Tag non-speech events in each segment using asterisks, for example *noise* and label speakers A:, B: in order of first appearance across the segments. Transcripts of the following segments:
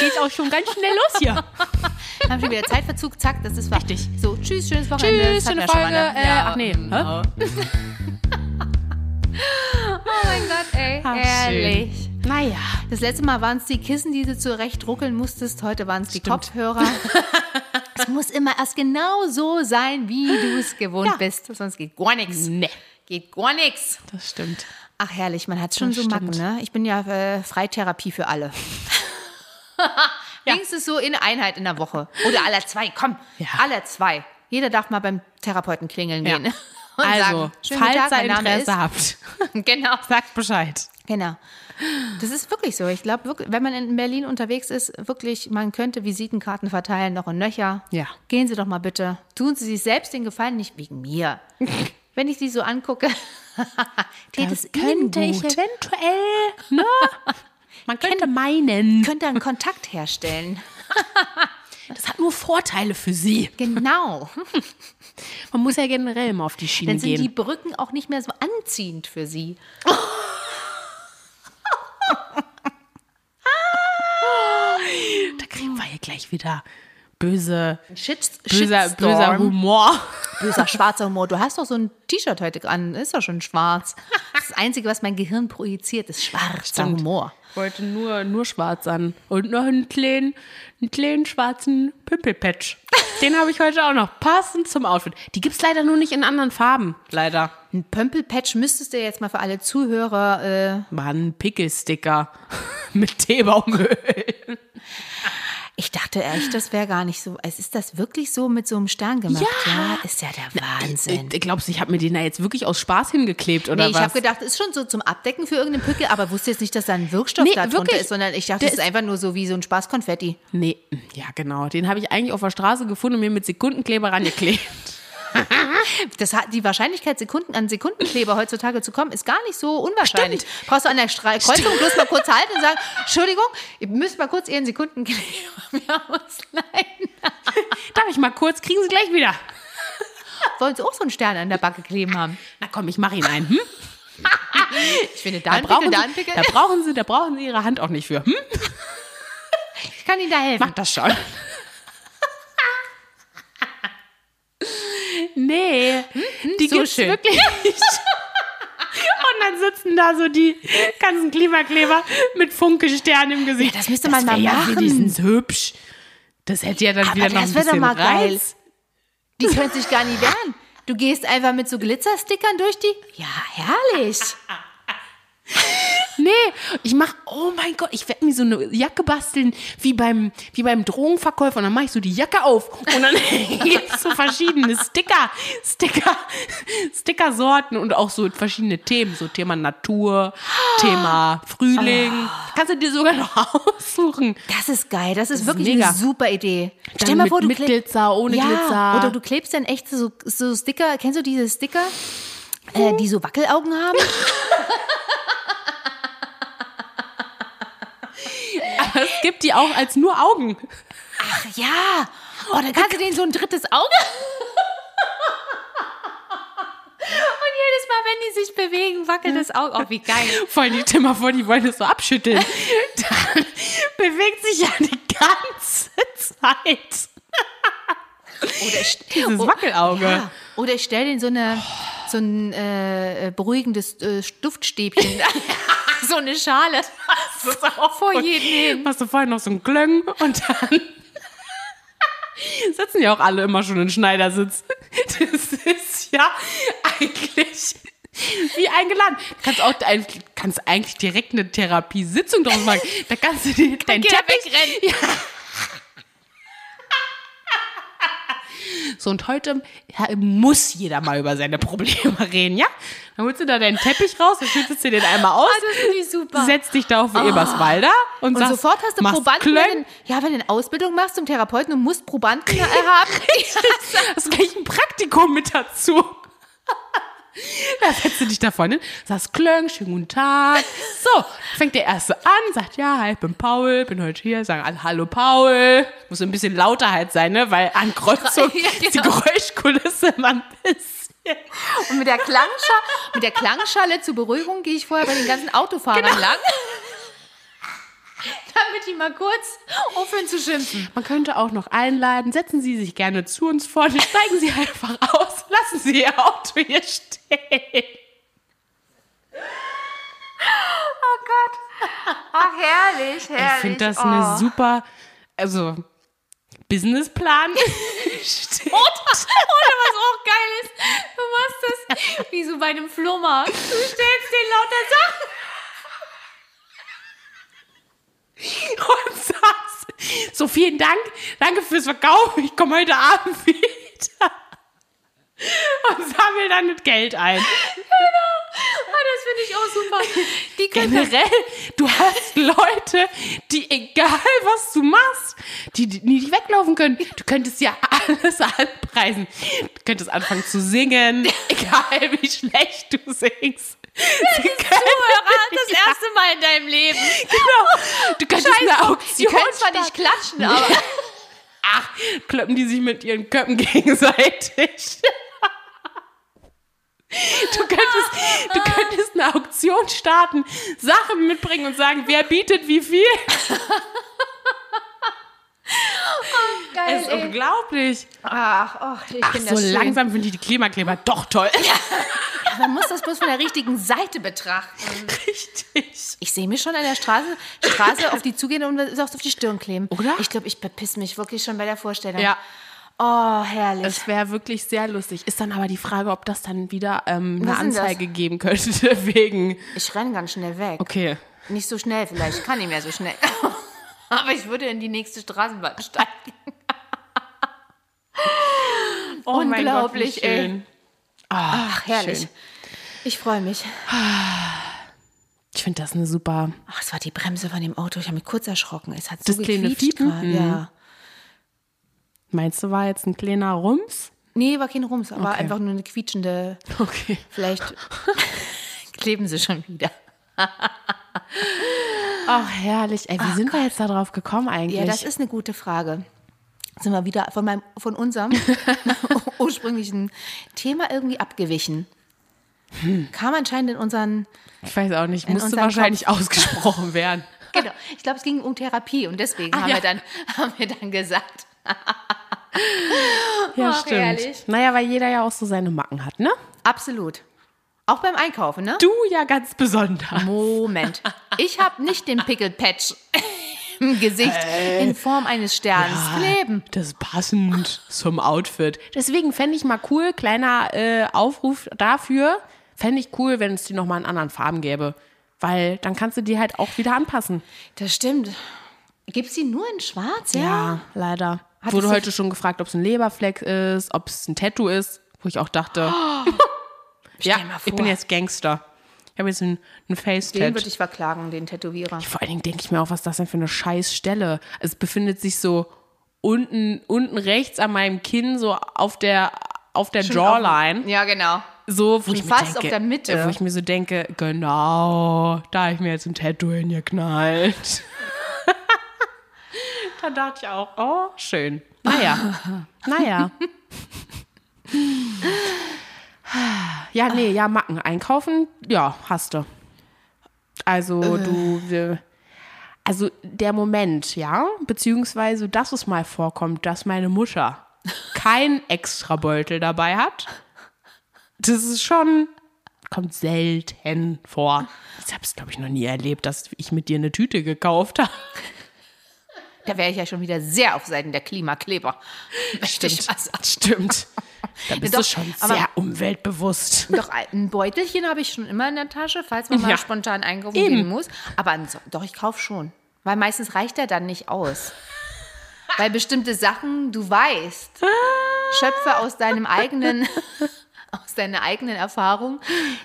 A: geht's auch schon ganz schnell los
B: *laughs*
A: hier.
B: Wir haben schon wieder Zeitverzug, zack, das ist wahr.
A: Richtig.
B: So, tschüss, schönes Wochenende.
A: Tschüss,
B: Das hatten
A: schöne Folge.
B: wir schon mal, ne?
A: Äh,
B: Ja.
A: ach nee. Hä?
B: Oh. oh mein Gott, ey.
A: Ach, schön.
B: Ehrlich.
A: Naja.
B: Das letzte Mal waren es die Kissen, die du zurecht ruckeln musstest. Heute waren es die
A: Stimmt. *laughs*
B: Kopfhörer. es muss immer erst genau so sein, wie du es gewohnt
A: Ja.
B: bist. Sonst geht gar nichts.
A: Nee.
B: Geht gar nichts.
A: Das stimmt.
B: Ach herrlich, man hat schon
A: Das
B: so Macken,
A: stimmt.
B: ne? Ich bin ja äh, Freitherapie
A: *laughs*
B: für alle.
A: Ja.
B: Wenigstens so in Einheit in der Woche. Oder aller zwei, komm,
A: Ja.
B: aller zwei. Jeder darf mal beim Therapeuten klingeln
A: Ja.
B: gehen. *laughs* Und
A: Also,
B: sagen, schönen guten
A: falls ihr
B: Tag, mein Name
A: Interesse habt,
B: ist. *laughs* Genau.
A: sagt Bescheid.
B: Genau. Das ist wirklich so. Ich glaube, wirklich, wenn man in Berlin unterwegs ist, wirklich, man könnte Visitenkarten verteilen, noch in Nöcher.
A: Ja.
B: Gehen Sie doch mal bitte. Tun Sie sich selbst den Gefallen, nicht wegen
A: *laughs*
B: mir. wenn ich Sie so angucke, *laughs* tät es Ihnen gut.
A: eventuell, ne? *laughs* Man könnte meinen.
B: Könnte einen Kontakt herstellen.
A: Das hat nur Vorteile für sie.
B: *laughs* Genau.
A: Man muss ja generell mal auf die Schiene
B: Dann sind die
A: gehen.
B: Brücken auch nicht mehr so anziehend für Sie.
A: da kriegen wir hier gleich wieder böse,
B: Shit,
A: böser,
B: Shitstorm.
A: böser Humor.
B: Böser schwarzer Humor. Du hast doch so ein T-Shirt heute an. Ist doch schon schwarz. Das Einzige, was mein Gehirn projiziert, ist schwarzer
A: Stimmt.
B: Humor.
A: Ich wollte nur, nur schwarz an. Und noch einen kleinen, einen kleinen schwarzen Pimpelpatch. Den habe ich heute auch noch. Passend zum Outfit. Die gibt es leider nur nicht in anderen Farben. Leider.
B: Ein Pömpelpatch müsstest du jetzt mal für alle Zuhörer. Äh,
A: Mann, Pickelsticker. *laughs* Mit Teebaumöl.
B: ich dachte echt, das wäre gar nicht so. Es ist das wirklich so mit so einem Stern gemacht? Ja, ist ja der Wahnsinn.
A: Ich glaubst du, ich habe mir den da jetzt wirklich aus Spaß hingeklebt oder
B: Nee, ich
A: was?
B: habe gedacht, ist schon so zum Abdecken für irgendeinen Pickel, aber wusste jetzt nicht, dass da ein Wirkstoff
A: Nee,
B: da drunter
A: wirklich.
B: ist, sondern ich dachte,
A: Der
B: es ist einfach nur so wie so ein Spaßkonfetti.
A: nee, ja genau. Den habe ich eigentlich auf der Straße gefunden und mir mit Sekundenkleber *laughs* rangeklebt.
B: Das hat die Wahrscheinlichkeit, Sekunden an Sekundenkleber heutzutage zu kommen, ist gar nicht so unwahrscheinlich. Brauchst du an der Stra Kreuzung bloß mal kurz halten und sagen, Entschuldigung, ihr müsst mal kurz Ihren Sekundenkleber *laughs* mir ausleihen.
A: Darf ich mal kurz? Kriegen Sie gleich wieder.
B: Wollen Sie auch so einen Stern an der Backe kleben haben?
A: Na komm, ich mache ihn ein. Hm?
B: Ich finde, da
A: Da,
B: ein Pickel,
A: brauchen
B: da ein
A: Sie,
B: Pickel.
A: da brauchen Sie, da brauchen Sie Ihre Hand auch nicht für. Hm?
B: Ich kann Ihnen da helfen.
A: Macht das schon. *laughs* nee, die
B: Hm, so
A: gibt's
B: schön.
A: wirklich nicht. *laughs* Und dann sitzen da so die ganzen Klimakleber mit Funkesternen im Gesicht.
B: Ja, das müsste man mal
A: wär
B: machen.
A: Ja wenigstens hübsch. Das hätte ja dann
B: Aber
A: wieder noch
B: das
A: ein
B: wär doch
A: bisschen
B: mal geil.
A: Reiz.
B: Die können sich gar nicht wehren. Du gehst einfach mit so Glitzerstickern durch die. Ja, herrlich.
A: Nee, ich mach, oh mein Gott, ich werde mir so eine Jacke basteln, wie beim, wie beim Drogenverkäufer. Und dann mache ich so die Jacke auf und dann *laughs* gibt's so verschiedene Sticker, Sticker, Stickersorten und auch so verschiedene Themen. So Thema Natur, Thema Frühling.
B: Ah.
A: Kannst du dir sogar noch *laughs* aussuchen.
B: Das ist geil. Das ist wirklich
A: mega.
B: eine super Idee.
A: Dann mit, mit
B: kleb-
A: Glitzer, ohne
B: ja,
A: Glitzer.
B: Oder du klebst dann echt so, so Sticker. Kennst du diese Sticker? Äh, die so Wackelaugen haben.
A: *laughs* es gibt die auch als nur Augen.
B: *laughs* Ja. Oh, dann kannst du denen so ein drittes Auge. *laughs* Und jedes Mal, wenn die sich bewegen, wackelt das Auge. Oh, wie *laughs* geil.
A: Vor allem, stell mal vor, die wollen das so abschütteln.
B: *laughs*
A: Dann *laughs* bewegt sich ja die ganze Zeit. Dieses Wackelauge.
B: Oh, Ja. Oder ich stelle den so eine so ein äh, beruhigendes äh, Duftstäbchen, *laughs* so eine Schale
A: Das ist auch
B: vor
A: gut.
B: jedem hin.
A: Machst du vorher noch so ein Glöng und dann
B: *laughs*
A: sitzen ja auch alle immer schon in Schneidersitz. Das ist ja eigentlich wie eingeladen. Du kannst auch ein, kannst eigentlich direkt eine Therapiesitzung draus machen. Da kannst du dir deinen
B: jeder
A: Teppich So, und heute ja, muss jeder mal über seine Probleme *laughs* reden, ja? Dann holst du da deinen Teppich raus, dann schüttelst du den einmal aus,
B: Das finde ich Ah, super. Ah.
A: setzt dich da auf den Eberswalder und,
B: und
A: sagst,
B: sofort hast du
A: machst
B: Probanden.
A: Klöng,
B: Wenn, ja, wenn du eine Ausbildung machst zum Therapeuten und musst Probanden *laughs* äh, haben.
A: hast gleich ein Praktikum mit dazu. *laughs* Da setzt du dich da vorne hin, sagst Klöng, schönen guten Tag. So, fängt der Erste an, sagt, ja, hi, ich bin Paul, bin heute hier, sagen alle, hallo Paul. Muss ein bisschen lauter halt sein, ne, weil an Kreuzung
B: *laughs* Ja,
A: ist die
B: genau.
A: Geräuschkulisse immer ein bisschen.
B: Und mit der, Klangscha mit der Klangschale zur Beruhigung gehe ich vorher bei den ganzen Autofahrern lang. Genau. *laughs* damit die mal kurz aufhören zu schimpfen.
A: Man könnte auch noch einladen, setzen Sie sich gerne zu uns vorne, steigen Sie einfach aus, lassen Sie Ihr Auto hier stehen.
B: Ach, herrlich, herrlich.
A: Ich finde das
B: oh.
A: eine super, also Businessplan.
B: *laughs*
A: *laughs*
B: Oder, oder was auch geil ist, du machst das wie so bei einem Flummer. Du stellst dir lauter Sachen.
A: und sagst, so vielen Dank, danke fürs Verkaufen, ich komme heute Abend wieder. Und sammle dann das Geld ein.
B: Ah, das finde ich auch super. Die können
A: Generell, du hast Leute, die egal was du machst, die, die nicht weglaufen können. Du könntest ja alles anpreisen. Du könntest anfangen zu singen, egal wie schlecht du singst. Sie
B: Zuhörer das erste Mal in deinem Leben.
A: genau. Du könntest eine
B: Die
A: Auktion
B: können zwar nicht klatschen, aber
A: Ach, kloppen die sich mit ihren Köpfen *laughs* gegenseitig. Du könntest, du könntest eine Auktion starten, Sachen mitbringen und sagen, wer bietet wie viel.
B: geil.
A: Das ist
B: ey.
A: unglaublich.
B: Ach, ach, ich
A: Ach,
B: finde
A: so
B: das schön.
A: langsam finde ich die Klimakleber doch toll.
B: Man muss das bloß von der richtigen Seite betrachten.
A: *laughs* Richtig.
B: Ich sehe mich schon an der Straße, Straße auf die zugehen und es auf die Stirn kleben.
A: Oder?
B: Ich glaube, ich bepiss mich wirklich schon bei der Vorstellung.
A: Ja,
B: Oh, herrlich.
A: es wäre wirklich sehr lustig. Ist dann aber die Frage, ob das dann wieder ähm, eine
B: Was ist denn das?
A: Anzeige geben könnte *laughs* wegen...
B: ich renne ganz schnell weg.
A: Okay.
B: Nicht so schnell vielleicht, ich kann nicht mehr so schnell. *laughs* Aber ich würde in die nächste Straßenbahn steigen.
A: Oh
B: mein Gott, wie
A: ey.
B: schön.
A: Ach,
B: Ach, herrlich.
A: Schön.
B: Ich freue mich.
A: Ich finde das eine super...
B: Ach, es war die Bremse von dem Auto. Ich habe mich kurz erschrocken. Es hat
A: Das
B: so
A: kleine
B: gequietscht
A: Piepen?
B: gerade.
A: Mhm.
B: Ja.
A: Meinst du, war jetzt ein kleiner Rums?
B: Nee, war kein Rums, aber
A: Okay.
B: einfach nur eine quietschende.
A: Okay.
B: Vielleicht *laughs* kleben sie schon wieder.
A: Ach, herrlich. Ey, wie sind wir jetzt da drauf gekommen eigentlich?
B: Ja, das ist eine gute Frage. Sind wir wieder von, meinem, von *laughs* unserem ursprünglichen Thema irgendwie abgewichen? Kam anscheinend in unseren.
A: ich weiß auch nicht. Musste
B: unserem
A: wahrscheinlich ausgesprochen
B: *laughs*
A: werden.
B: Genau, ich glaube, es ging um Therapie und deswegen haben,
A: ja.
B: wir dann, *laughs* haben wir dann gesagt.
A: Ja,
B: Ach,
A: stimmt.
B: herrlich.
A: Naja, weil jeder ja auch so seine Macken hat, ne?
B: Absolut. Auch beim Einkaufen, ne?
A: Du ja ganz besonders.
B: Moment. Ich habe nicht den Pickelpatch *laughs* im Gesicht in Form eines Sterns kleben.
A: Das ist passend zum Outfit. Deswegen fände ich mal cool, kleiner äh, Aufruf dafür, fände ich cool, wenn es die nochmal in anderen Farben gäbe. Weil dann kannst du die halt auch wieder anpassen.
B: Das stimmt. Gibt sie nur in schwarz?
A: leider.
B: Hat
A: Wurde
B: es-
A: heute schon gefragt, ob es ein Leberfleck ist, ob es ein Tattoo ist, wo ich auch dachte. *laughs* ja,
B: Oh. mal vor.
A: ich bin jetzt Gangster. Ich habe jetzt ein, ein
B: Den würde
A: Face-Tat.
B: ich verklagen, den Tätowierer.
A: Vor allen Dingen denke ich mir auch, was ist das denn für eine scheiß Stelle? Es befindet sich so unten, unten rechts an meinem Kinn, so auf der, auf der Jawline.
B: Ja, genau.
A: so, wo ich mir
B: fast
A: denke,
B: auf der Mitte.
A: Wo ich mir so denke, genau, da habe ich mir jetzt ein Tattoo hingeknallt. *laughs* da dachte ich auch, oh, schön. Naja, naja. ja, nee, ja, Macken einkaufen, ja, hast du. Also, du, äh, also der Moment, ja, beziehungsweise, dass es mal vorkommt, dass meine Mutter keinen Extrabeutel dabei hat, das ist schon, kommt selten vor. Ich habe es, glaube ich, noch nie erlebt, dass ich mit dir eine Tüte gekauft
B: *laughs*
A: habe.
B: Da wäre ich ja schon wieder sehr auf Seiten der Klimakleber. Möchte ich mal
A: *laughs*
B: sagen.
A: Stimmt. Da bist
B: Ja,
A: du
B: doch,
A: schon
B: aber-
A: sehr umweltbewusst.
B: Doch, ein Beutelchen habe ich schon immer in der Tasche, falls man
A: Ja.
B: mal spontan einkaufen
A: Eben.
B: gehen muss. Aber ans- doch, ich kaufe schon. Weil meistens reicht der dann nicht aus. Weil bestimmte Sachen, du weißt, schöpfe aus
A: *laughs*
B: deinem eigenen, aus deiner eigenen Erfahrung,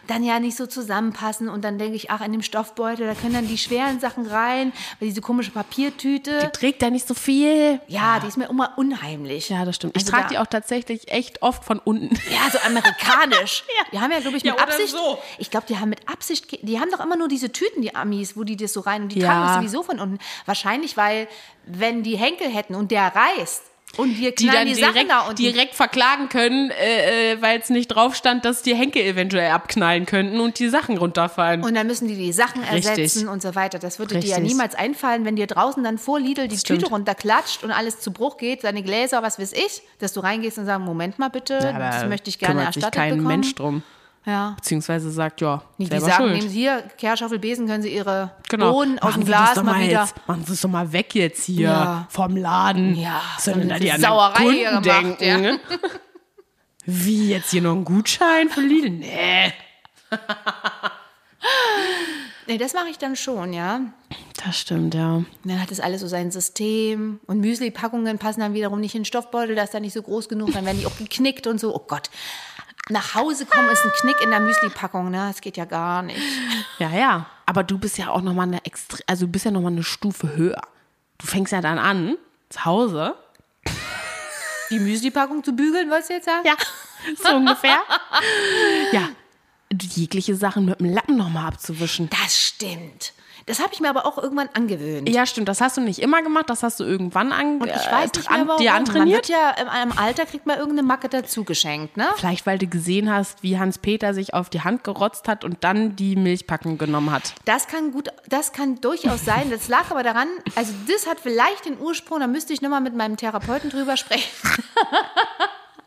B: dann ja nicht so zusammenpassen. Und dann denke ich, ach, in dem Stoffbeutel, da können dann die schweren Sachen rein, weil diese komische Papiertüte.
A: Trägt er nicht so viel?
B: ja, die ist mir immer unheimlich.
A: Ja, das stimmt. Ich
B: Also
A: trage
B: da-
A: die auch tatsächlich echt oft von unten. *laughs*
B: Ja, so amerikanisch. Die haben ja, glaube ich,
A: Ja,
B: mit
A: oder
B: Absicht.
A: so.
B: Ich glaube, die haben mit Absicht. ge- Die haben doch immer nur diese Tüten, die Amis, wo die das so rein. Und die
A: Ja.
B: tragen das sowieso von unten. Wahrscheinlich, weil, wenn die Henkel hätten und der reißt, Und wir
A: die dann
B: knallen die, Sachen
A: direkt,
B: da und
A: direkt verklagen können, äh, äh, weil es nicht drauf stand, dass die Henke eventuell abknallen könnten und die Sachen runterfallen.
B: Und dann müssen die die Sachen
A: Richtig.
B: ersetzen und so weiter. Das würde dir ja
A: Richtig.
B: niemals einfallen, wenn dir draußen dann vor Lidl die
A: Stimmt.
B: Tüte runterklatscht und alles zu Bruch geht, deine Gläser, was weiß ich, dass du reingehst und sagst, Moment mal bitte, das möchte ich gerne
A: kümmert sich
B: erstattet
A: kein
B: bekommen.
A: Mensch drum.
B: Ja.
A: Beziehungsweise sagt, ja,
B: Die, die
A: selber
B: sagen,
A: schuld.
B: nehmen Sie hier Kehrschaufel, Besen, können Sie Ihre
A: genau.
B: Bohnen aus
A: Machen
B: dem
A: Sie das
B: Glas
A: doch
B: mal wieder.
A: Jetzt, machen Sie es doch mal weg jetzt hier
B: Ja.
A: vom Laden.
B: Ja,
A: Sondern
B: so
A: da
B: eine
A: die an
B: Sauerei
A: Kunden
B: hier gemacht,
A: denken. ne? Wie, jetzt hier noch ein Gutschein für Lidl? Nee.
B: Nee, das mache ich dann schon, ja.
A: Das stimmt, ja.
B: Und dann hat das alles so sein System. Und Müsli-Packungen passen dann wiederum nicht in den Stoffbeutel, da ist dann nicht so groß genug, dann werden die auch geknickt und so. Oh Gott. Nach Hause kommen ist ein Knick in der Müsli-Packung, ne? Das geht ja gar nicht.
A: Ja, ja. Aber du bist ja auch nochmal eine extra, also du bist ja nochmal eine Stufe höher. Du fängst ja dann an, zu Hause.
B: Die Müsli-Packung zu bügeln, wolltest du jetzt sagen?
A: Ja, *laughs* so ungefähr. ja. Jegliche Sachen mit dem Lappen nochmal abzuwischen.
B: Das stimmt. Das habe ich mir aber auch irgendwann angewöhnt.
A: Ja, stimmt. Das hast du nicht immer gemacht. Das hast du irgendwann an,
B: Und ich weiß
A: äh,
B: nicht mehr,
A: an-
B: warum.
A: dir
B: Man
A: antrainiert.
B: wird ja in einem Alter kriegt man irgendeine Macke dazu geschenkt, ne?
A: Vielleicht, weil du gesehen hast, wie Hans-Peter sich auf die Hand gerotzt hat und dann die Milchpackung genommen hat.
B: Das kann gut, das kann durchaus sein. Das lag aber daran, also das hat vielleicht den Ursprung, da müsste ich nochmal mit meinem Therapeuten drüber sprechen. *laughs*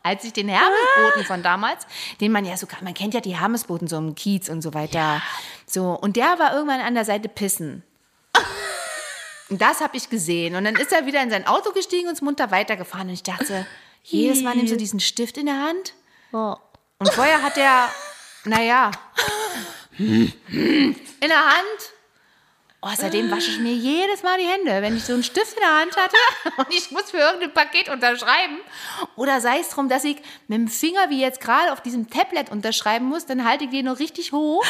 B: Als ich den Hermesboten von damals, den man ja sogar, man kennt ja die Hermesboten so im Kiez und so weiter. So, und der war irgendwann an der Seite pissen. Und das habe ich gesehen. Und dann ist er wieder in sein Auto gestiegen und ist munter weitergefahren. Und ich dachte, jedes Mal nimmst du diesen Stift in der Hand. Und vorher hat er, naja, in der Hand. Oh, seitdem wasche ich mir jedes Mal die Hände, wenn ich so einen Stift in der Hand hatte *laughs* und ich muss für irgendein Paket unterschreiben. Oder sei es drum, dass ich mit dem Finger wie jetzt gerade auf diesem Tablet unterschreiben muss, dann halte ich den noch richtig hoch.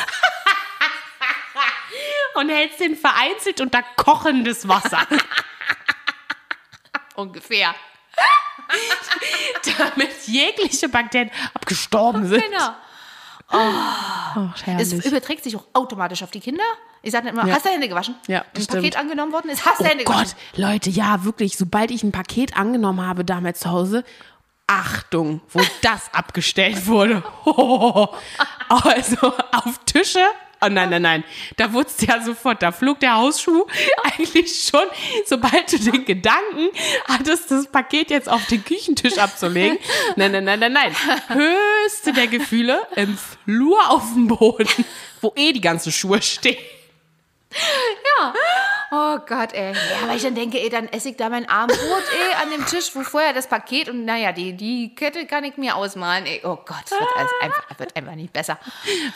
A: Und hältst den vereinzelt unter kochendes *laughs* Wasser,
B: Ungefähr.
A: damit jegliche Bakterien abgestorben sind.
B: Genau.
A: Ach,
B: Es
A: herrlich.
B: überträgt sich auch automatisch auf die Kinder. Ich sage immer,
A: Ja.
B: hast du Hände gewaschen?
A: Ja,
B: Wenn ein
A: das
B: Paket
A: stimmt.
B: angenommen worden ist, hast du Hände
A: Oh
B: gewaschen.
A: Gott, Leute, ja, wirklich, sobald ich ein Paket angenommen habe damals zu Hause, Achtung, wo *laughs* das abgestellt wurde. *laughs* Also auf Tische. Oh nein, nein, nein. Da wurde es ja sofort, da flog der Hausschuh *laughs* eigentlich schon, sobald du den Gedanken hattest, das Paket jetzt auf den Küchentisch abzulegen. Nein, nein, nein, nein, nein. Höchste der Gefühle im Flur auf dem Boden, wo eh die ganzen Schuhe stehen.
B: Oh Gott, ey. Ja, aber ich dann denke, ey, dann esse ich da mein Armbrot ey, an dem Tisch, wo vorher das Paket und naja, die, die Kette kann ich mir ausmalen. Ey. Oh Gott, es wird, alles einfach, wird einfach nicht besser.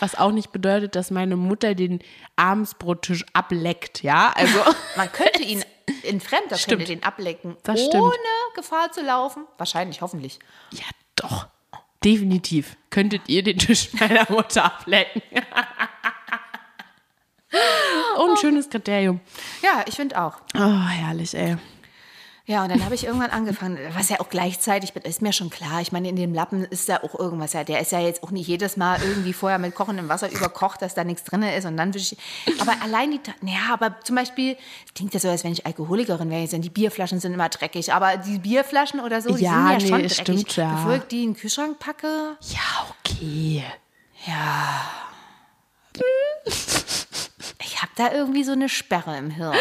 A: Was auch nicht bedeutet, dass meine Mutter den Abendsbrottisch ableckt, ja? Also,
B: Man
A: *laughs*
B: könnte ihn, ein Fremder
A: Stimmt.
B: könnte den ablecken,
A: Das stimmt.
B: ohne Gefahr zu laufen. Wahrscheinlich, hoffentlich.
A: ja, doch. Definitiv könntet ihr den Tisch *laughs* meiner Mutter ablecken. Und ein schönes Kriterium.
B: Ja, ich finde auch.
A: Oh, herrlich, ey.
B: Ja, und dann habe ich irgendwann angefangen, was ja auch gleichzeitig, ist mir schon klar, ich meine, in dem Lappen ist ja auch irgendwas, ja, der ist ja jetzt auch nicht jedes Mal irgendwie vorher mit kochendem Wasser überkocht, dass da nichts drin ist und dann wische ich, aber allein die, Ta- naja, aber zum Beispiel, es klingt ja so, als wenn ich Alkoholikerin wäre, denn die Bierflaschen sind immer dreckig, aber die Bierflaschen oder so, die
A: Ja,
B: sind ja
A: nee,
B: schon dreckig.
A: stimmt, ja.
B: Bevor ich die in den Kühlschrank packe,
A: Ja, okay.
B: ja, ich habe da irgendwie so eine Sperre im Hirn.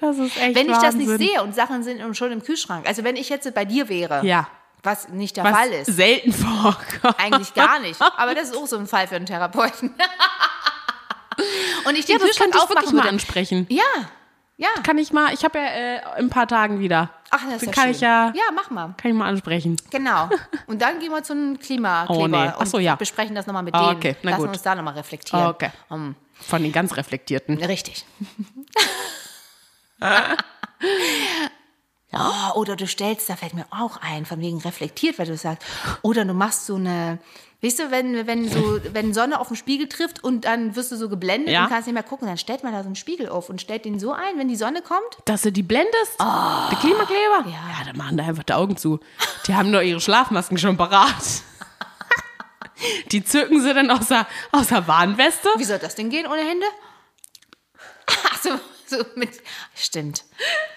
A: Das ist echt
B: Wenn ich das nicht
A: Wahnsinn.
B: sehe und Sachen sind schon im Kühlschrank, also wenn ich jetzt bei dir wäre,
A: Ja.
B: was nicht der
A: Was
B: Fall ist.
A: selten vorkommt.
B: Eigentlich gar nicht. Aber das ist auch so ein Fall für einen Therapeuten. *laughs* Und ich den
A: Ja, das
B: Kühlschrank
A: könnte ich
B: aufmachen
A: wirklich mal
B: würde.
A: ansprechen.
B: Ja, ja.
A: Kann ich mal, ich habe ja äh, in ein paar Tagen wieder.
B: Ach, das ist
A: Dann
B: ja
A: kann
B: schön.
A: ich ja,
B: Ja, mach mal.
A: kann ich mal ansprechen.
B: Genau. Und dann gehen wir zu einem Klimakleber
A: Oh, nee. Ach
B: und
A: so, ja.
B: besprechen das nochmal mit
A: Ah,
B: denen.
A: okay. Na
B: Lassen
A: gut. Ah,
B: uns da nochmal reflektieren.
A: Okay.
B: Hm,
A: Von den ganz Reflektierten.
B: richtig.
A: Ah.
B: Oh, oder du stellst, da fällt mir auch ein, von wegen reflektiert, weil du sagst, oder du machst so eine, weißt du, wenn, wenn, so, wenn Sonne auf den Spiegel trifft und dann wirst du so geblendet
A: Ja.
B: und kannst nicht mehr gucken, dann stellt man da so einen Spiegel auf und stellt den so ein, wenn die Sonne kommt.
A: Dass du die blendest?
B: Ah.
A: Der Klimakleber? Ja. dann machen da einfach die Augen zu. Die haben doch ihre Schlafmasken schon
B: *laughs*
A: parat. Die zücken sie dann aus der, aus der Warnweste.
B: Wie soll das denn gehen ohne Hände? *laughs* Ach so, so mit, stimmt.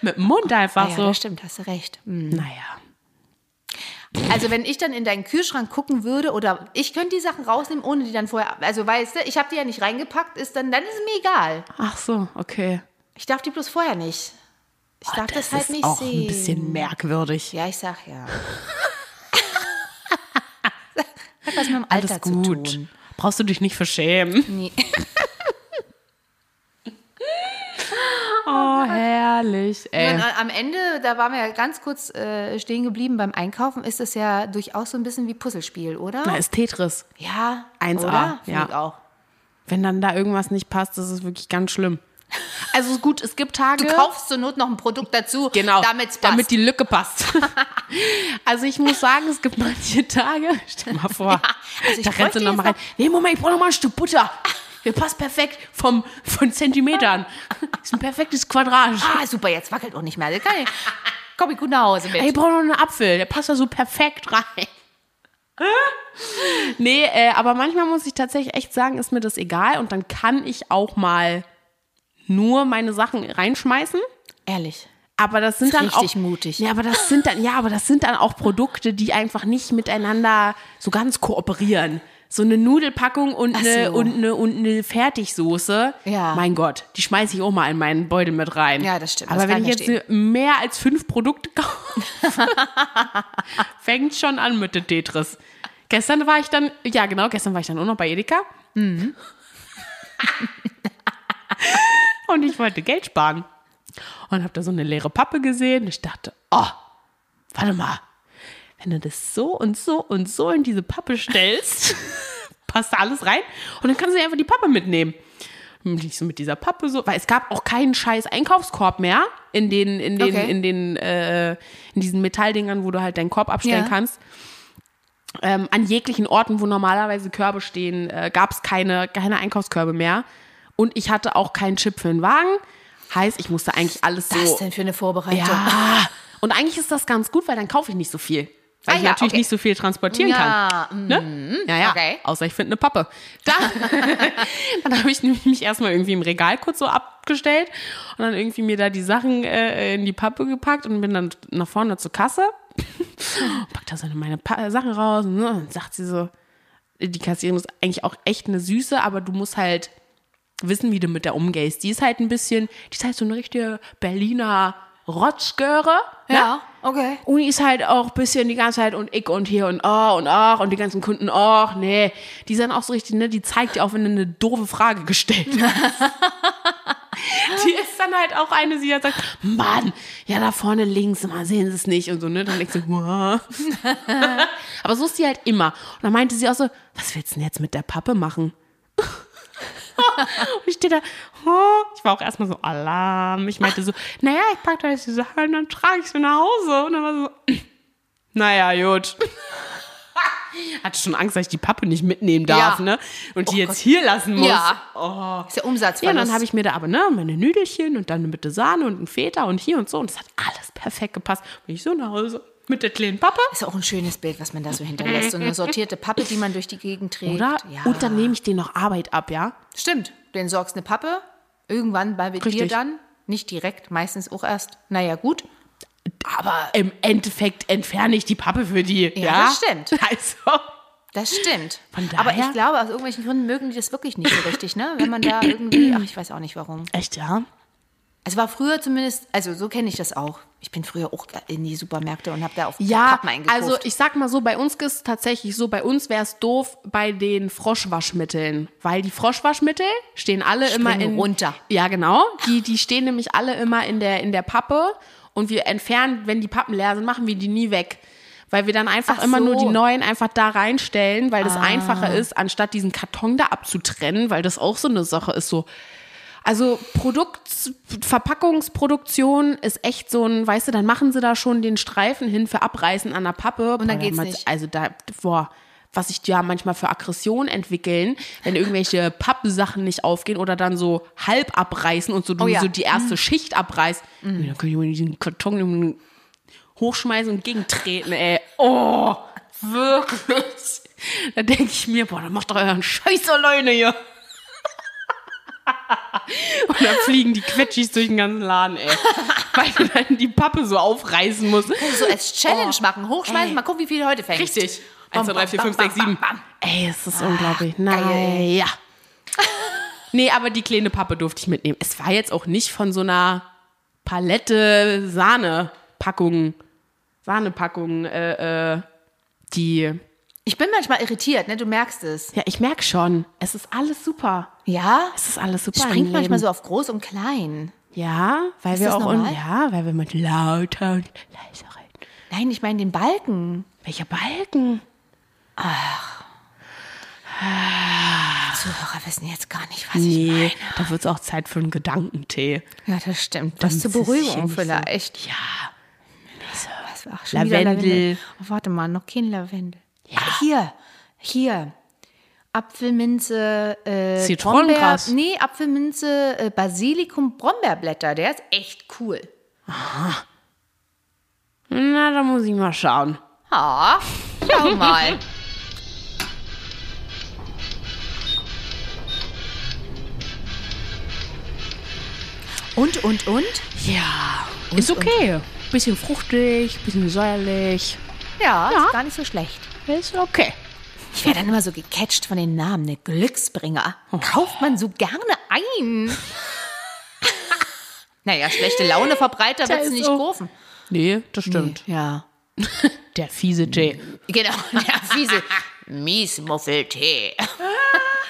A: Mit dem Mund
B: Ah
A: einfach
B: ja,
A: so.
B: das stimmt, hast du recht. Hm.
A: Naja.
B: Also wenn ich dann in deinen Kühlschrank gucken würde oder ich könnte die Sachen rausnehmen, ohne die dann vorher, also weißt du, ich habe die ja nicht reingepackt, ist dann, dann ist mir egal.
A: Ach so, okay.
B: Ich darf die bloß vorher nicht. Ich darf das, halt
A: Oh, ist
B: nicht
A: auch
B: sehen.
A: ein bisschen merkwürdig.
B: Ja, ich sag
A: *laughs*
B: ja. Hat was mit dem Alter
A: Alles gut.
B: zu tun.
A: Brauchst du dich nicht verschämen.
B: Nee.
A: *laughs*
B: *laughs*
A: Oh, herrlich.
B: Und am Ende, da waren wir ja ganz kurz äh, stehen geblieben beim Einkaufen, ist das ja durchaus so ein bisschen wie Puzzlespiel, oder?
A: Da ist Tetris.
B: ja,
A: 1A,
B: oder? Find
A: ja.
B: ich auch.
A: Wenn dann da irgendwas nicht passt, das ist wirklich ganz schlimm. Also gut, es gibt Tage.
B: Du kaufst zur Not noch ein Produkt dazu,
A: Genau,
B: damit's passt.
A: damit die Lücke passt. *laughs* also ich muss sagen, es gibt manche Tage, stell mal vor,
B: also ich
A: da rennst
B: bräuchte
A: du noch mal rein.
B: jetzt
A: Nee, Moment, ich brauche noch mal ein Stück Butter. Mir passt perfekt vom, von Zentimetern. Ist ein perfektes Quadrat.
B: ah, super, jetzt wackelt auch nicht mehr. Das
A: *laughs*
B: kann ich, komm ich gut nach Hause mit.
A: Ey, ich brauche noch einen Apfel, der passt da so perfekt rein. *laughs* nee, äh, aber manchmal muss ich tatsächlich echt sagen, ist mir das egal und dann kann ich auch mal nur meine Sachen reinschmeißen.
B: Ehrlich.
A: Aber das sind
B: Ist
A: dann
B: richtig
A: auch,
B: mutig.
A: Ja, aber das sind dann, ja, aber das sind dann auch Produkte, die einfach nicht miteinander so ganz kooperieren. So eine Nudelpackung und
B: Ach
A: eine
B: so.
A: und eine und eine Fertigsoße.
B: Ja.
A: Mein Gott, die schmeiße ich auch mal in meinen Beutel mit rein.
B: Ja, das stimmt,
A: Aber
B: das
A: wenn
B: kann
A: ich
B: ich
A: jetzt mehr als fünf Produkte
B: *laughs*
A: kaufe, fängt schon an mit dem Tetris. Gestern war ich dann, ja genau, gestern war ich dann auch noch bei Edeka.
B: Mhm.
A: *laughs* und ich wollte Geld sparen und habe da so eine leere Pappe gesehen. Ich dachte, oh, warte mal, wenn du das so und so und so in diese Pappe stellst,
B: *laughs*
A: passt da alles rein und dann kannst du dir einfach die Pappe mitnehmen. Und bin ich so mit dieser Pappe so, weil es gab auch keinen scheiß Einkaufskorb mehr in den, in den,
B: Okay.
A: in den, äh, in diesen Metalldingern, wo du halt deinen Korb abstellen
B: Ja.
A: kannst. Ähm, an jeglichen Orten, wo normalerweise Körbe stehen, äh, gab es keine, keine Einkaufskörbe mehr. Und ich hatte auch keinen Chip für den Wagen. Heißt, ich musste eigentlich alles
B: Was
A: so
B: denn für eine Vorbereitung?
A: ja. Und eigentlich ist das ganz gut, weil dann kaufe ich nicht so viel. Weil
B: Ah
A: ich
B: ja,
A: natürlich
B: okay.
A: nicht so viel transportieren
B: Ja,
A: kann.
B: Hm,
A: Ne? Ja, ja.
B: okay.
A: Außer ich finde eine Pappe.
B: *laughs*
A: Dann, dann habe ich nämlich mich erstmal irgendwie im Regal kurz so abgestellt und dann irgendwie mir da die Sachen äh, in die Pappe gepackt und bin dann nach vorne zur
B: *laughs*
A: Kasse. Packt da so meine pa Sachen raus und, ne, und sagt sie so, die Kassiererin ist eigentlich auch echt eine Süße, aber du musst halt wissen, wie du mit der umgehst. Die ist halt ein bisschen, die ist halt so eine richtige Berliner Rotzgöre. Ne?
B: Ja, okay.
A: Und die ist halt auch ein bisschen die ganze Zeit und ich und hier und oh und ach und die ganzen Kunden, ach nee. Die sind auch so richtig, ne? Die zeigt dir auch, wenn du eine doofe Frage gestellt hast. *laughs* Die ist dann halt auch eine, die dann sagt, Mann, ja, da vorne links, mal sehen sie es nicht und so, ne? Dann denkst du,
B: *laughs*
A: wow. Aber so ist die halt immer. Und dann meinte sie auch so, was willst du denn jetzt mit der Pappe machen? *laughs* Und ich stehe da, oh, ich war auch erstmal so Alarm. Ich meinte so, naja, ich packe da jetzt die Sachen und dann trage ich sie nach Hause. Und dann war sie so, *clears throat* naja, gut. *laughs* Hatte schon Angst, dass ich die Pappe nicht mitnehmen darf,
B: Ja. Oh
A: ne? Und die jetzt hier lassen muss.
B: Ja. Ist ja
A: Ja,
B: Umsatzverlust.
A: dann habe ich mir da aber ne, meine Nüdelchen und dann eine Bitte Sahne und ein Feta und hier und so. Und es hat alles perfekt gepasst. Bin ich so nach Hause mit der kleinen Pappe.
B: ist ja auch ein schönes Bild, was man da so hinterlässt. So eine sortierte Pappe, die man durch die Gegend trägt.
A: Oder?
B: Ja.
A: Und dann nehme ich denen noch Arbeit ab, ja?
B: Stimmt, den sorgst eine Pappe. Irgendwann bei dir
A: Richtig.
B: dann. Nicht direkt, meistens auch erst. Naja, gut.
A: Aber im Endeffekt entferne ich die Pappe für die. Ja,
B: das stimmt.
A: *laughs* Also.
B: Das stimmt.
A: Von
B: Aber
A: daher-
B: ich glaube, aus irgendwelchen Gründen mögen die das wirklich nicht so richtig, ne? Wenn man da
A: *clears throat*
B: irgendwie, ach, ich weiß auch nicht warum.
A: Echt, ja?
B: Es war früher zumindest, also so kenne ich das auch. Ich bin früher auch in die Supermärkte und habe da auf
A: Ja,
B: Pappen eingekauft.
A: also ich sag mal so, bei uns ist es tatsächlich so, bei uns wäre es doof bei den Froschwaschmitteln, weil die Froschwaschmittel stehen alle immer
B: Springen
A: in
B: runter.
A: Ja, genau. Die, die stehen nämlich alle immer in der, in der Pappe und wir entfernen, wenn die Pappen leer sind, machen wir die nie weg. Weil wir dann einfach
B: Ach
A: immer nur
B: so. Ah.
A: die neuen einfach da reinstellen, weil das einfacher ist, anstatt diesen Karton da abzutrennen, weil das auch so eine Sache ist, so, Also Produkt, Verpackungsproduktion ist echt so ein, weißt du, dann machen sie da schon den Streifen hin für Abreißen an der Pappe. Und
B: dann geht's nicht.
A: Also da, boah, was sich ja manchmal für Aggression entwickeln, wenn irgendwelche Pappsachen nicht aufgehen oder dann so halb abreißen und so, du
B: Oh ja. Mhm.
A: so die erste Schicht abreißt. Dann kann ich mir diesen Karton um im- hochschmeißen und gegentreten, ey. Oh, wirklich. Da denke ich mir, boah, dann macht doch euren Scheiß alleine hier. Und dann fliegen die Quetschis durch den ganzen Laden, ey. Weil du dann die Pappe so aufreißen musst.
B: So *laughs* als Challenge
A: Oh.
B: machen, hochschmeißen,
A: Ey.
B: mal gucken, wie viele heute fängt.
A: Richtig.
B: Bam,
A: 1, 2, 3, 4,
B: bam,
A: 5, 6,
B: bam,
A: 7.
B: bam, bam.
A: Ey, es ist unglaublich.
B: geil. *laughs*
A: Naja. Nee, aber die kleine Pappe durfte ich mitnehmen. Es war jetzt auch nicht von so einer Palette Sahnepackung, Sahnepackung, äh, äh, die.
B: Ich bin manchmal irritiert, ne? Du merkst es.
A: Ja, ich merke schon. Es ist alles super.
B: Ja?
A: Es ist alles super.
B: Es
A: im
B: springt manchmal
A: Leben.
B: so auf groß und klein.
A: Ja, weil
B: Ist
A: wir
B: das
A: auch.
B: normal?
A: Un ja, weil wir mit lauter und leiser reden.
B: Nein, ich meine den Balken.
A: Welcher Balken?
B: Zuhörer wissen jetzt gar nicht, was ich
A: Nee,
B: meine.
A: da wird es auch Zeit für einen Gedankentee.
B: Ja, das stimmt. Das
A: Dann
B: zur
A: ist es hier
B: Beruhigung
A: nicht so.
B: vielleicht.
A: Ja.
B: Was- Ach, schon wieder
A: Lavendel.
B: Oh, warte mal, noch kein Lavendel. Ah, hier, hier. Apfelminze, äh,
A: Zitronengras.
B: Brombeer- Nee, Apfelminze, äh, Basilikum, Brombeerblätter. Der ist echt cool.
A: Na, da muss ich mal schauen.
B: Ha, schau
A: *laughs*
B: mal. Und, und, und?
A: Ja, ist okay. Bisschen fruchtig, bisschen säuerlich.
B: Ja,
A: Ja.
B: ist gar nicht so schlecht.
A: Ist okay.
B: Ich werde dann immer so gecatcht von den Namen, ne Glücksbringer. Kauft man so gerne ein. *laughs* naja, schlechte Laune verbreiter
A: Der
B: wird
A: ist
B: nicht
A: so-
B: kaufen.
A: Nee, das stimmt.
B: Ja.
A: Der fiese Tee.
B: Genau, *laughs* der fiese Miesmuffeltee.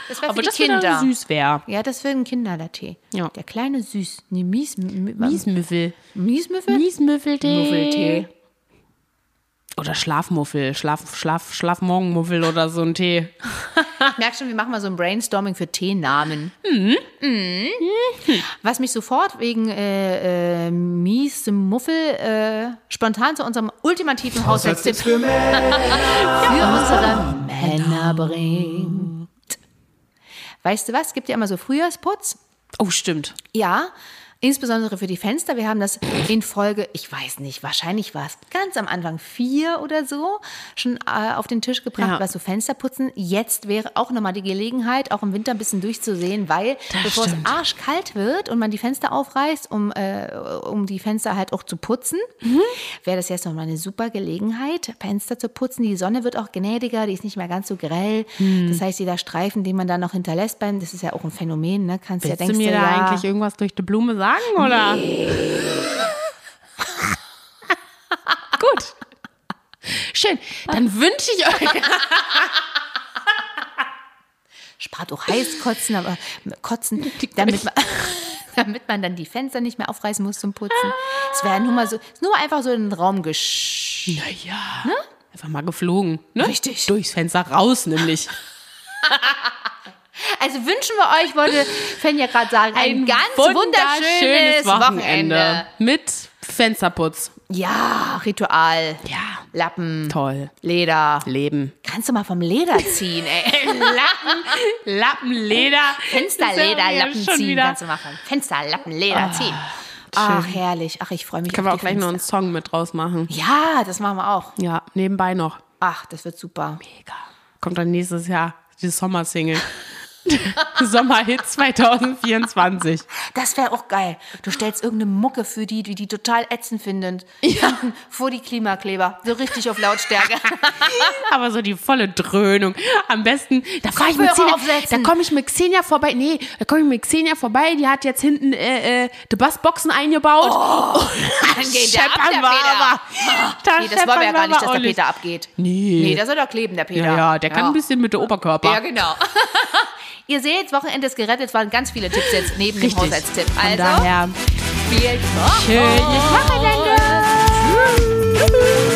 B: Das war für
A: Aber
B: die
A: das wieder
B: Kinder.
A: süß wäre.
B: Ja, das für ein Kinder, der Tee.
A: Ja.
B: Der kleine süß. Nee, Mies, Mies,
A: Miesmüffel.
B: Miesmüffel?
A: Miesmüffeltee.
B: Muffeltee.
A: Oder Schlafmuffel. Schlaf, Schlaf, Schlafmorgenmuffel oder so ein Tee.
B: Ich merke schon, wir machen mal so ein Brainstorming für Teenamen. Mhm. Was mich sofort wegen äh, äh, miesem Muffel äh, spontan zu unserem ultimativen Haushaltstipp für, *laughs* unsere Männer bringt. Weißt du was? Es gibt ja immer so Frühjahrsputz.
A: Oh, stimmt.
B: Ja, insbesondere für die Fenster. Wir haben das in Folge, ich weiß nicht, wahrscheinlich war es ganz am Anfang vier oder so, schon äh, auf den Tisch gebracht,
A: Ja.
B: was so Fensterputzen. Jetzt wäre auch nochmal die Gelegenheit, auch im Winter ein bisschen durchzusehen, weil
A: Das
B: bevor
A: stimmt.
B: es arschkalt wird und man die Fenster aufreißt, um, äh, um die Fenster halt auch zu putzen,
A: Mhm.
B: wäre das jetzt nochmal eine super Gelegenheit, Fenster zu putzen. Die Sonne wird auch gnädiger, die ist nicht mehr ganz so grell.
A: Mhm.
B: Das heißt, jeder Streifen, den man da noch hinterlässt beim, das ist ja auch ein Phänomen, ne? Kannst ja
A: Willst
B: denkst
A: du mir da
B: ja,
A: eigentlich irgendwas durch die Blume sagen, oder? *laughs* Gut. Schön. Dann wünsche ich euch.
B: spart auch Heißkotzen, aber *laughs* kotzen, damit man, damit man *laughs* dann die Fenster nicht mehr aufreißen muss zum Putzen. Es wäre nur mal so, ist nur einfach so in den Raum gesch.
A: Naja. Ne? Einfach mal geflogen. Ne?
B: Richtig.
A: Durchs Fenster raus, *laughs* nämlich.
B: Also wünschen wir euch, wollte Fenja gerade sagen, ein, ganz wunderschönes, Wochenende.
A: Mit Fensterputz.
B: Ja, Ritual.
A: Ja.
B: Lappen,
A: Toll.
B: Leder.
A: Leben.
B: Kannst du mal vom Leder ziehen, *laughs* ey. Lappen,
A: Lappenleder.
B: Fensterleder, Lappen
A: Schon
B: ziehen
A: wieder.
B: kannst du machen. Fensterlappen, Leder ziehen. Ach, herrlich. Ach, ich freue mich
A: Können wir
B: auf
A: auch
B: die
A: gleich noch einen
B: Fenster.
A: Song mit draus machen.
B: Ja, das machen wir auch.
A: Ja, nebenbei noch.
B: Ach, das wird super.
A: Kommt dann nächstes Jahr die Sommersingle. *laughs* Sommerhit 2024.
B: Das wäre auch geil. Du stellst irgendeine Mucke für die, die die total ätzend finden. Ja. *laughs* Vor die Klimakleber. So richtig
A: *laughs*
B: auf Lautstärke.
A: Aber so die volle Dröhnung. Am besten, da fahre ich mit
B: Kopfhörer
A: Xenia, da
B: aufsetzen.
A: komme ich mit Xenia vorbei. Nee, da komme ich mit Xenia vorbei. Die hat jetzt hinten äh, äh, die Bassboxen eingebaut.
B: Dann geht Oh, der ab,
A: Scheppern
B: der
A: wir
B: *laughs* Peter.
A: aber. Da
B: Nee, das wollen wir
A: scheppern
B: ja gar nicht, dass
A: aber
B: der
A: auch nicht.
B: Peter abgeht.
A: Nee.
B: Nee, der soll doch kleben, der Peter.
A: ja, ja, der kann ein bisschen mit dem Oberkörper.
B: Ja, genau. *laughs* Ihr seht, Wochenende ist gerettet. Es waren ganz viele Tipps jetzt neben
A: Richtig.
B: dem Haushaltstipp.
A: Von
B: Also,
A: daher,
B: viel Spaß.
A: schönes Wochenende. Tschüss.